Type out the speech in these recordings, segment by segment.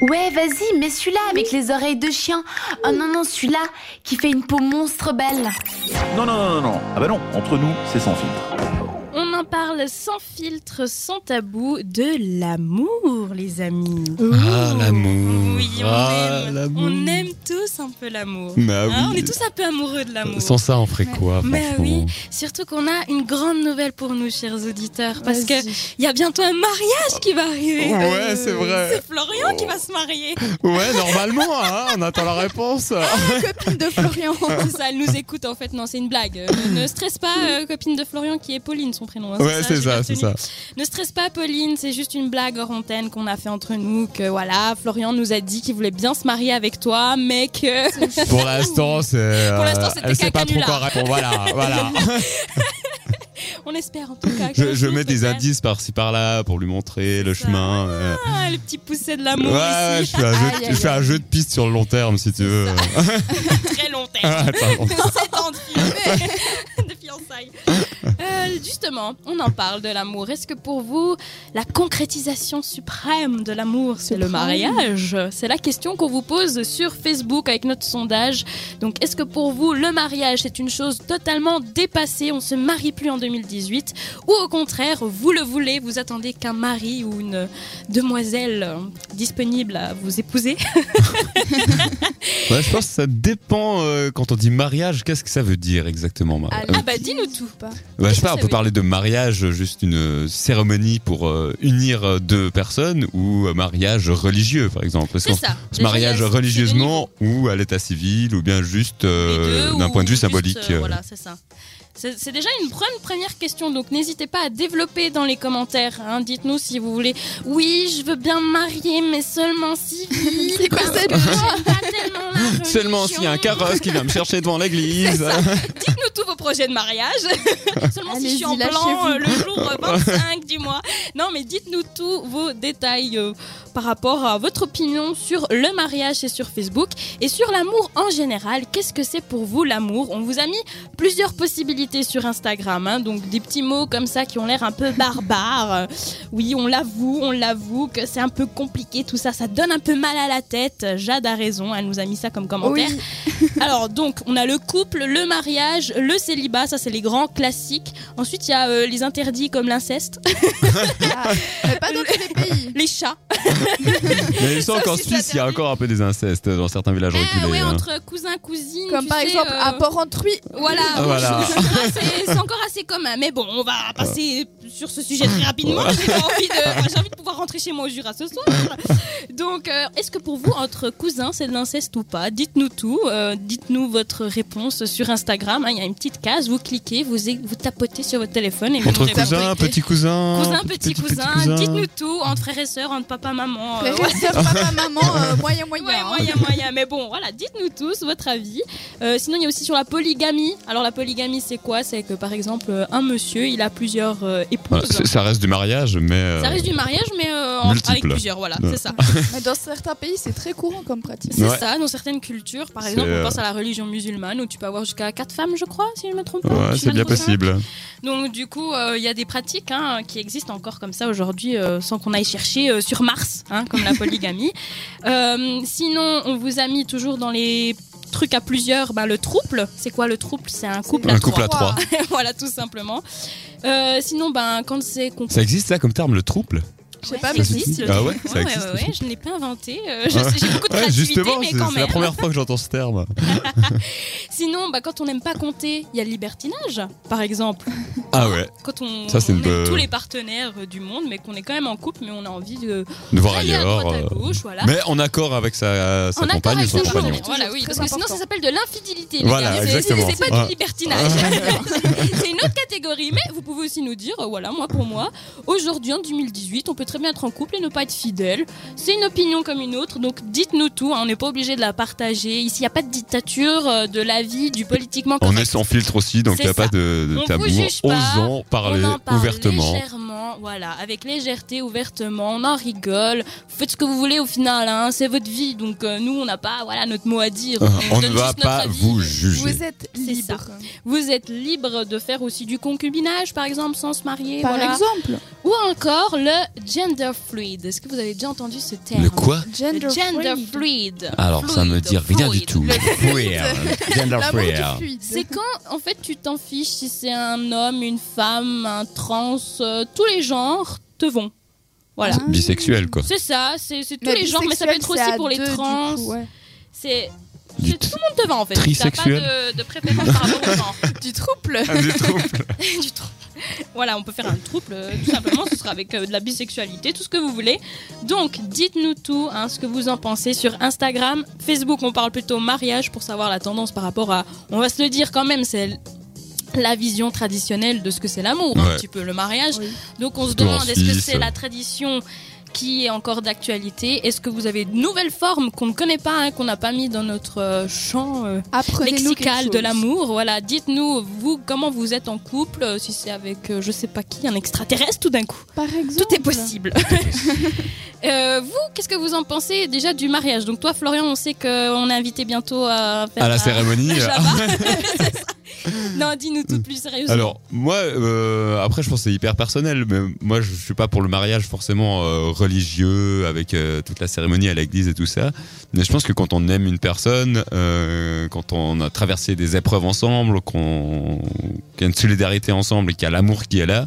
Ouais, vas-y, mets celui-là avec les oreilles de chien. Oh non, non, celui-là qui fait une peau monstre belle. Non, non, non, non, non. Ah bah non, entre nous, c'est sans filtre. On en parle sans filtre, sans tabou, de l'amour, les amis. Ah, l'amour. Oui, on ah, aime. l'amour. On aime tous un peu l'amour. Bah Hein, on oui. est tous un peu amoureux de l'amour. Sans ça, on ferait quoi Bah franchement oui, surtout qu'on a une grande nouvelle pour nous, chers auditeurs, parce que il y a bientôt un mariage qui va arriver. Ouais, c'est vrai. C'est Florian qui va se marier. Ouais, normalement, hein, on attend la réponse. Ah, Copine de Florian. C'est ça, elle nous écoute en fait. Non, c'est une blague. Euh, Ne stresse pas, euh, copine de Florian qui est Pauline, son prénom. hein, Ouais, c'est j'ai ça, bien c'est retenu. ça. Ne stresse pas, Pauline, c'est juste une blague hors antenne qu'on a fait entre nous. Que voilà, Florian nous a dit qu'il voulait bien se marier avec toi, mais que. Pour l'instant, c'est. euh, Pour l'instant, c'était Elle sait qu'un pas trop canular. quoi répondre. Voilà, voilà. On espère en tout cas. que Je, je tout mets se des passe. indices par-ci par-là pour lui montrer le ça. chemin. euh. Ah, les petits poussées de Ouais, l'amour ouais, je ici. fais un jeu, Aïe, de- aïe, je fais un jeu de piste sur le long terme si tu veux. Très long terme. Ah, pardon. 7 ans de, films, de fiançailles. Euh, justement, on en parle de l'amour. Est-ce que pour vous, la concrétisation suprême de l'amour, c'est le Suprême. mariage C'est la question qu'on vous pose sur Facebook avec notre sondage. Donc, est-ce que pour vous, le mariage, c'est une chose totalement dépassée On se marie plus en 2018 Ou au contraire, vous le voulez, vous attendez qu'un mari ou une demoiselle euh, disponible à vous épouser Ouais, je pense que ça dépend euh, quand on dit mariage, qu'est-ce que ça veut dire exactement mar- Ah, euh, Ah bah, dis-nous tout. bah, Je sais qu'est-ce que pas, on ça peut veut parler de mariage, euh, juste une euh, cérémonie pour euh, unir euh, deux personnes ou euh, mariage religieux par exemple. Parce C'est qu'on ça. se Déjà, il mariage y a- c'est religieusement ou à l'état civil ou bien juste les euh, deux, d'un ou point de vue juste, symbolique. euh, euh, voilà, c'est ça. C'est c'est déjà une bonne première question, donc n'hésitez pas à développer dans les commentaires. hein. Dites-nous si vous voulez. Oui, je veux bien me marier, mais seulement si vite. C'est quoi cette J'aime pas tellement la Seulement religion. s'il y a un carrosse qui vient me chercher devant l'église. Dites-nous tous vos projets de mariage. Seulement si je suis en Allez-y, plan lâchez-vous. euh, le jour euh, 25 du mois. Non, mais dites-nous tous vos détails euh, par rapport à votre opinion sur le mariage et sur Facebook et sur l'amour en général. Qu'est-ce que c'est pour vous l'amour On vous a mis plusieurs possibilités sur Instagram, hein, donc des petits mots comme ça qui ont l'air un peu barbares. Euh, Oui, on l'avoue, on l'avoue que c'est un peu compliqué tout ça, ça donne un peu mal à la tête. Jade a raison, elle nous a mis ça comme commentaire. Oui. Alors donc on a le couple, le mariage, le célibat, ça c'est les grands classiques. Ensuite il y a euh, les interdits comme l'inceste, Ah. Mais Euh, pas dans tous les pays. les chats. Mais il semble Ça qu'en aussi, c'est Suisse, il y a interdit. encore un peu des incestes dans certains villages Ah reculés. ouais, hein. entre cousins cousines. Comme tu par sais, exemple, euh, à Port-en-Truy. Voilà, Ah, voilà. je- je- je- c'est- c'est encore assez commun, mais bon, on va passer sur ce sujet très rapidement. parce que J'ai envie, de, enfin, j'ai envie de pouvoir rentrer chez moi au Jura ce soir. Donc, euh, est-ce que pour vous, entre cousins, c'est de l'inceste ou pas Dites-nous tout, euh, dites-nous votre réponse sur Instagram. hein, Il y a une petite case, vous cliquez, vous, é- vous tapotez sur votre téléphone et vous Entre nous répondez. cousins, petits cousins. Cousin, petit, cousin, dites-nous tout, entre frères et sœurs, entre papa, maman. euh, Frère et sœur, papa, maman, euh, moyen, moyen. Ouais, hein. moyen, moyen. Mais bon, voilà, dites-nous tous votre avis. Euh, sinon, il y a aussi sur la polygamie. Alors, la polygamie, c'est quoi C'est que, par exemple, euh, un monsieur, il a plusieurs euh, Voilà, épouses. Ah, c'est- ça reste du mariage, mais. euh, ça reste du mariage, mais euh, en- Multiple. avec plusieurs, voilà, Ouais. c'est ça. Mais dans certains pays, c'est très courant comme pratique. C'est Ouais. ça, dans certaines cultures, par C'est, exemple, on euh, pense à la religion musulmane où tu peux avoir jusqu'à quatre femmes, je crois, si je ne me trompe pas. Ouais, Si je c'est me bien trompe pas. possible. Donc, du coup, euh, il y a des pratiques hein, qui existent encore comme ça aujourd'hui euh, sans qu'on aille chercher euh, sur Mars, hein, comme la polygamie. Euh, sinon, on vous a mis toujours dans les trucs à plusieurs, ben, le trouble. C'est quoi le trouble C'est un couple Un à couple trois. à trois. voilà, tout simplement. Euh, sinon, ben, quand c'est qu'on Ça existe ça comme terme, le trouble Je sais pas, ça mais existe, le Ah trouble. ouais, ça ouais, existe. Ah ouais, ouais, je ne l'ai pas inventé. Euh, je sais, j'ai beaucoup de Ouais, créativité, justement, mais c'est quand c'est la même. première fois que j'entends ce terme. Sinon, ben, quand on n'aime pas compter, il y a le libertinage, par exemple. Ah ouais, Quand on, Ça, c'est on une aime bonne- tous les partenaires euh, du monde, mais qu'on est quand même en couple, mais on a envie de, de voir Aller à ailleurs. droite, à euh, gauche, voilà. Mais en accord avec sa, sa En accord compagne ou avec son son compagnon. compagnon. Voilà, oui, Toujours parce très que sinon important. ça s'appelle de l'infidélité. les Voilà, gars. C'est- c'est- exactement. C'est pas Ouais. du libertinage. c'est une autre catégorie, mais vous pouvez aussi nous dire, euh, voilà, moi pour moi, aujourd'hui en 2018, on peut très bien être en couple et ne pas être fidèle. C'est une opinion comme une autre, donc dites-nous tout. hein, on n'est pas obligé de la partager. Ici, il n'y a pas de dictature euh, de la vie, du politiquement On correct. est sans filtre aussi, donc il C'est n'y a pas ça. de, de On vous tabou. juge pas, Osons parler on en parle ouvertement. légèrement, voilà, avec légèreté, ouvertement, on en rigole. Vous faites ce que vous voulez au final, hein, c'est votre vie, donc euh, nous on n'a pas, voilà, notre mot à dire. On ne donne va juste notre pas avis. vous juger. Vous êtes C'est libre. Vous êtes libre de faire aussi du concubinage, par exemple, sans se marier, Par voilà. exemple. Ou encore le gender fluid. Est-ce que vous avez déjà entendu ce terme Le Ah. quoi Le Gender, gender fluid. Alors, ça Fluid, me dit rien fluid. du tout. Queer. Gender L'amour queer. qui fluide. C'est quand, en fait, tu t'en fiches si c'est un homme, une femme, un trans, euh, tous les genres te vont. Voilà. Ah. Bisexuel, quoi. C'est ça, c'est c'est tous Mais les genres, mais ça peut bisexuel, être c'est aussi à pour les deux, du trans. coup, ouais. C'est Du c'est tout le monde te va, en fait. T'as trisexuel. pas de, de préférence par rapport au genre. Du trouble. Du trouble. Du trouble. Voilà, on peut faire un trouble, euh, tout simplement, ce sera avec euh, de la bisexualité, tout ce que vous voulez. Donc, dites-nous tout, hein, ce que vous en pensez sur Instagram, Facebook, on parle plutôt mariage pour savoir la tendance par rapport à. On va se le dire quand même, c'est l- la vision traditionnelle de ce que c'est l'amour, Ouais. un petit peu le mariage. Oui. Donc, on se Surtout en demande est-ce que Suisse. c'est la tradition qui est encore d'actualité Est-ce que vous avez de nouvelles formes qu'on ne connaît pas, hein, qu'on n'a pas mis dans notre euh, champ euh, Apprenez-nous quelque lexical de chose. l'amour. Voilà, dites-nous vous comment vous êtes en couple, euh, si c'est avec euh, je sais pas qui, un extraterrestre tout d'un coup. Par exemple. Tout est possible. Euh, vous, qu'est-ce que vous en pensez déjà du mariage Donc toi, Florian, on sait qu'on est invité bientôt à faire À la un- cérémonie. euh, un Shabbat. C'est ça. non, dis-nous tout plus sérieusement. Alors, moi, euh, après, je pense que c'est hyper personnel, mais moi, je suis pas pour le mariage forcément euh, religieux, avec euh, toute la cérémonie à l'église et tout ça. Mais je pense que quand on aime une personne, euh, quand on a traversé des épreuves ensemble, qu'on qu'il y a une solidarité ensemble et qu'il y a l'amour qui est là,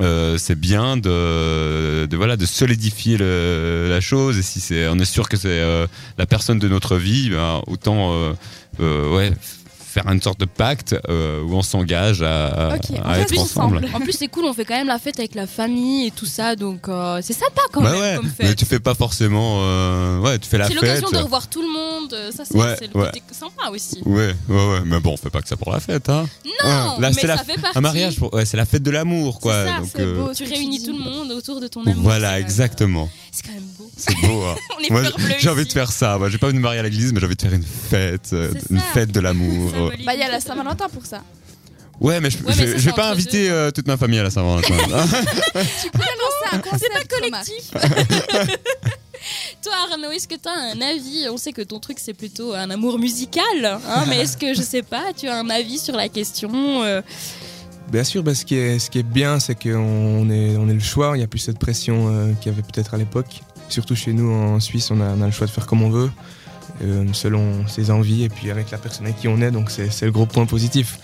euh, c'est bien de, de, voilà, de solidifier le- la chose. Et si c'est, on est sûr que c'est euh, la personne de notre vie, ben, autant euh, euh, ouais, f- faire une sorte de pacte euh, où on s'engage à, à- Ok, à on reste être ensemble. En plus, c'est cool, on fait quand même la fête avec la famille et tout ça, donc euh, c'est sympa quand Bah même ouais, comme mais fête. tu fais pas forcément. euh, ouais, tu fais la C'est fête. l'occasion de revoir tout le monde, euh, ça c'est Ouais, c'est le ouais. côté sympa aussi. Ouais, ouais, ouais. Mais bon, on fait pas que ça pour la fête, hein. Non, Ouais, là, mais c'est ça la- fait partie. Un mariage, pour- ouais, c'est la fête de l'amour, quoi. C'est ça, donc, c'est euh, beau, ce Tu que réunis dis. tout le monde autour de ton amour. Voilà, c'est- euh, exactement. C'est quand même beau. C'est beau, hein. On est Moi, fleurs bleues j'ai envie de ici. faire ça. Moi, j'ai pas envie de me marier à l'église, mais j'ai envie de faire une fête, euh, C'est une ça. fête de l'amour. Symbolique. Bah, il y a la Saint-Valentin pour ça. Ouais, mais je, Ouais, mais je- ça, je c'est vais pas entre hein. inviter euh, toute ma famille à la Saint-Valentin. C'est un concept. C'est pas Thomas. collectif. Toi, Arnaud, est-ce que t'as un avis On sait que ton truc, c'est plutôt un amour musical, hein, mais est-ce que, je sais pas, tu as un avis sur la question euh, Bien sûr, bah, ce, qui est, ce qui est bien, c'est qu'on est, on est le choix. Il n'y a plus cette pression euh, qu'il y avait peut-être à l'époque. Surtout chez nous en Suisse, on a, on a le choix de faire comme on veut, euh, selon ses envies et puis avec la personne avec qui on est. Donc c'est c'est le gros point positif.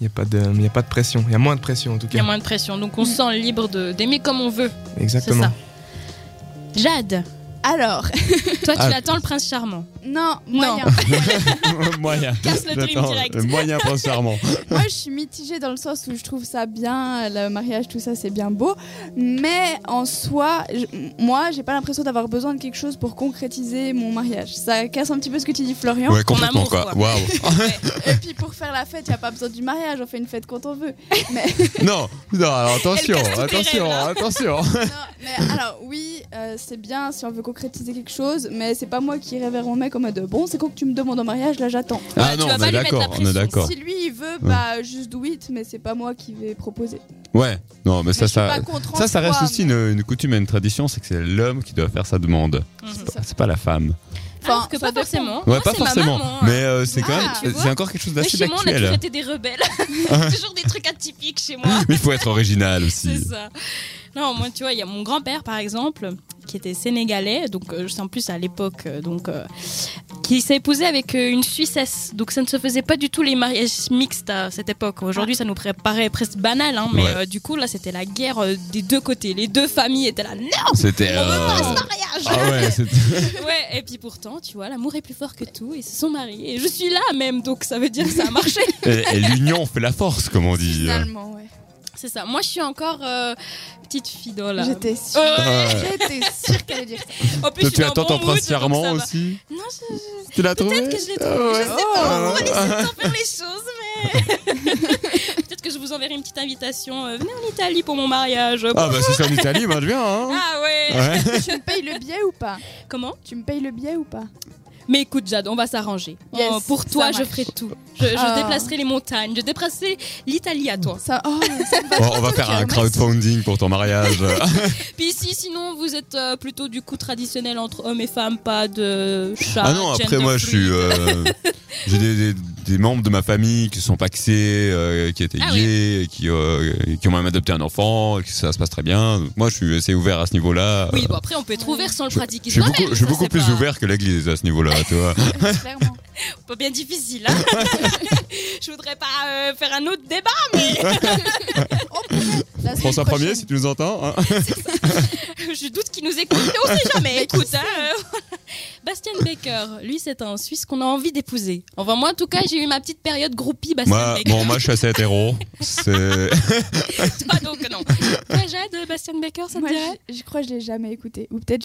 Il n'y a, pas de- il y a pas de pression. Il y a moins de pression en tout Il y cas. a moins de pression, donc on se sent libre de- d'aimer comme on veut, c'est Exactement. ça. Jade, Alors, toi, tu Ah. attends le prince charmant. non, Non. moyen. moyen. Casse le dream J'attends, direct. euh, Moyen, prince charmant. Moi, je suis mitigée dans le sens où je trouve ça bien, le mariage, tout ça, c'est bien beau. Mais en soi, je- moi, j'ai pas l'impression d'avoir besoin de quelque chose pour concrétiser mon mariage. Ça casse un petit peu ce que tu dis, Florian. Ouais, complètement, amour, quoi. quoi. Waouh. Et puis, pour faire la fête, y a pas besoin du mariage, on fait une fête quand on veut. non, non, alors attention, Elle casse toutes tes attention, règles, hein. attention. Non, mais alors, oui, euh, c'est bien si on veut concrétiser quelque chose, mais c'est pas moi qui rêverai en mec en mode bon, c'est quand que tu me demandes en mariage, là j'attends. vas Ah non, pas on lui est mettre la d'accord, on pression. est d'accord. Si lui il veut, bah juste do it, mais c'est pas moi qui vais proposer. Ouais, non, mais ça, Mais je suis ça. pas contre Ça, en ça reste soi, aussi une, une coutume et une tradition, c'est que c'est l'homme qui doit faire sa demande. Mhm. C'est pas- C'est pas la femme. Alors Ah, que pas forcément. Ouais, Moi, pas c'est ma forcément. maman, hein. mais euh, c'est quand Ah, même, tu vois. c'est encore quelque chose Mais d'assez chez moi, on a toujours actuel. été des rebelles. toujours des trucs atypiques chez moi. Mais il faut être original C'est aussi. ça. Non, moi, tu vois, il y a mon grand-père, par exemple, qui était sénégalais, donc euh, je sais en plus à l'époque, euh, donc euh, qui s'est épousé avec euh, une Suissesse. Donc ça ne se faisait pas du tout les mariages mixtes à cette époque. Aujourd'hui, ça nous pré- paraît presque banal, hein, mais Ouais. euh, du coup, là, c'était la guerre euh, des deux côtés. Les deux familles étaient là. Non, C'était. on veut pas euh, ce mariage. Ah ouais, c'est- Ouais, et puis pourtant, tu vois, l'amour est plus fort que tout, et ils se sont mariés. Et je suis là même, donc ça veut dire que ça a marché. et, et l'union fait la force, comme on dit. Finalement, ouais. C'est ça. Moi, je suis encore euh, petite fille dans la. J'étais sûre. Ouais. Ouais. J'étais sûre qu'elle allait dire ça. En plus, je Ah. Toi, suis tu dans attends un ton bon mood, prince donc charmant ça va. aussi Non, je- Tu l'as trouvé Peut-être que je l'ai trouvé. Ah ouais. Je sais pas. Ah ouais. On essaie de s'en faire les choses, mais. Peut-être que je vous enverrai une petite invitation. euh, venez en Italie pour mon mariage. Ah bah si c'est en Italie, ben je viens. Hein. Ah ouais. Ouais. Tu me payes le billet ou pas Comment Tu me payes le billet ou pas Mais écoute, Jade, on va s'arranger. Yes, Oh, pour toi, ça je marche. ferai tout. Je, je Ah. déplacerai les montagnes. Je déplacerai l'Italie à toi. Ça, oh, ça Bah, me va Bon, on va faire un crowdfunding pour ton mariage. Puis si, sinon, vous êtes euh, plutôt du coup traditionnel entre hommes et femmes, pas de chat. Ah non, après gender moi je fluid. suis, euh, j'ai des, des des membres de ma famille qui sont paxés, euh, qui étaient Ah oui. gays, et qui, euh, qui ont même adopté un enfant, et que ça se passe très bien. Moi, je suis assez ouvert à ce niveau-là. Oui, Euh, bon, après, on peut être ouvert sans le je, pratiquer. je suis soi-même, beaucoup, je suis ça, beaucoup c'est plus pas- ouvert que l'église à ce niveau-là, tu vois. Clairement. Pas bien difficile. Hein je voudrais pas euh, faire un autre débat. Oh, La semaine François prochaine. Ier, si tu nous entends. hein. Je doute qu'il nous écoute, mais on sait jamais. Écoute, hein, euh, voilà. Bastian Baker, lui, c'est un Suisse qu'on a envie d'épouser. Enfin, moi, en tout cas, j'ai eu ma petite période groupie Bastian Moi, Baker. bon, moi, je suis assez hétéro. C'est- Pas donc, non. Toi, Jade, Bastian Baker, ça te Moi, dirait je, je crois que je l'ai jamais écouté. Ou peut-être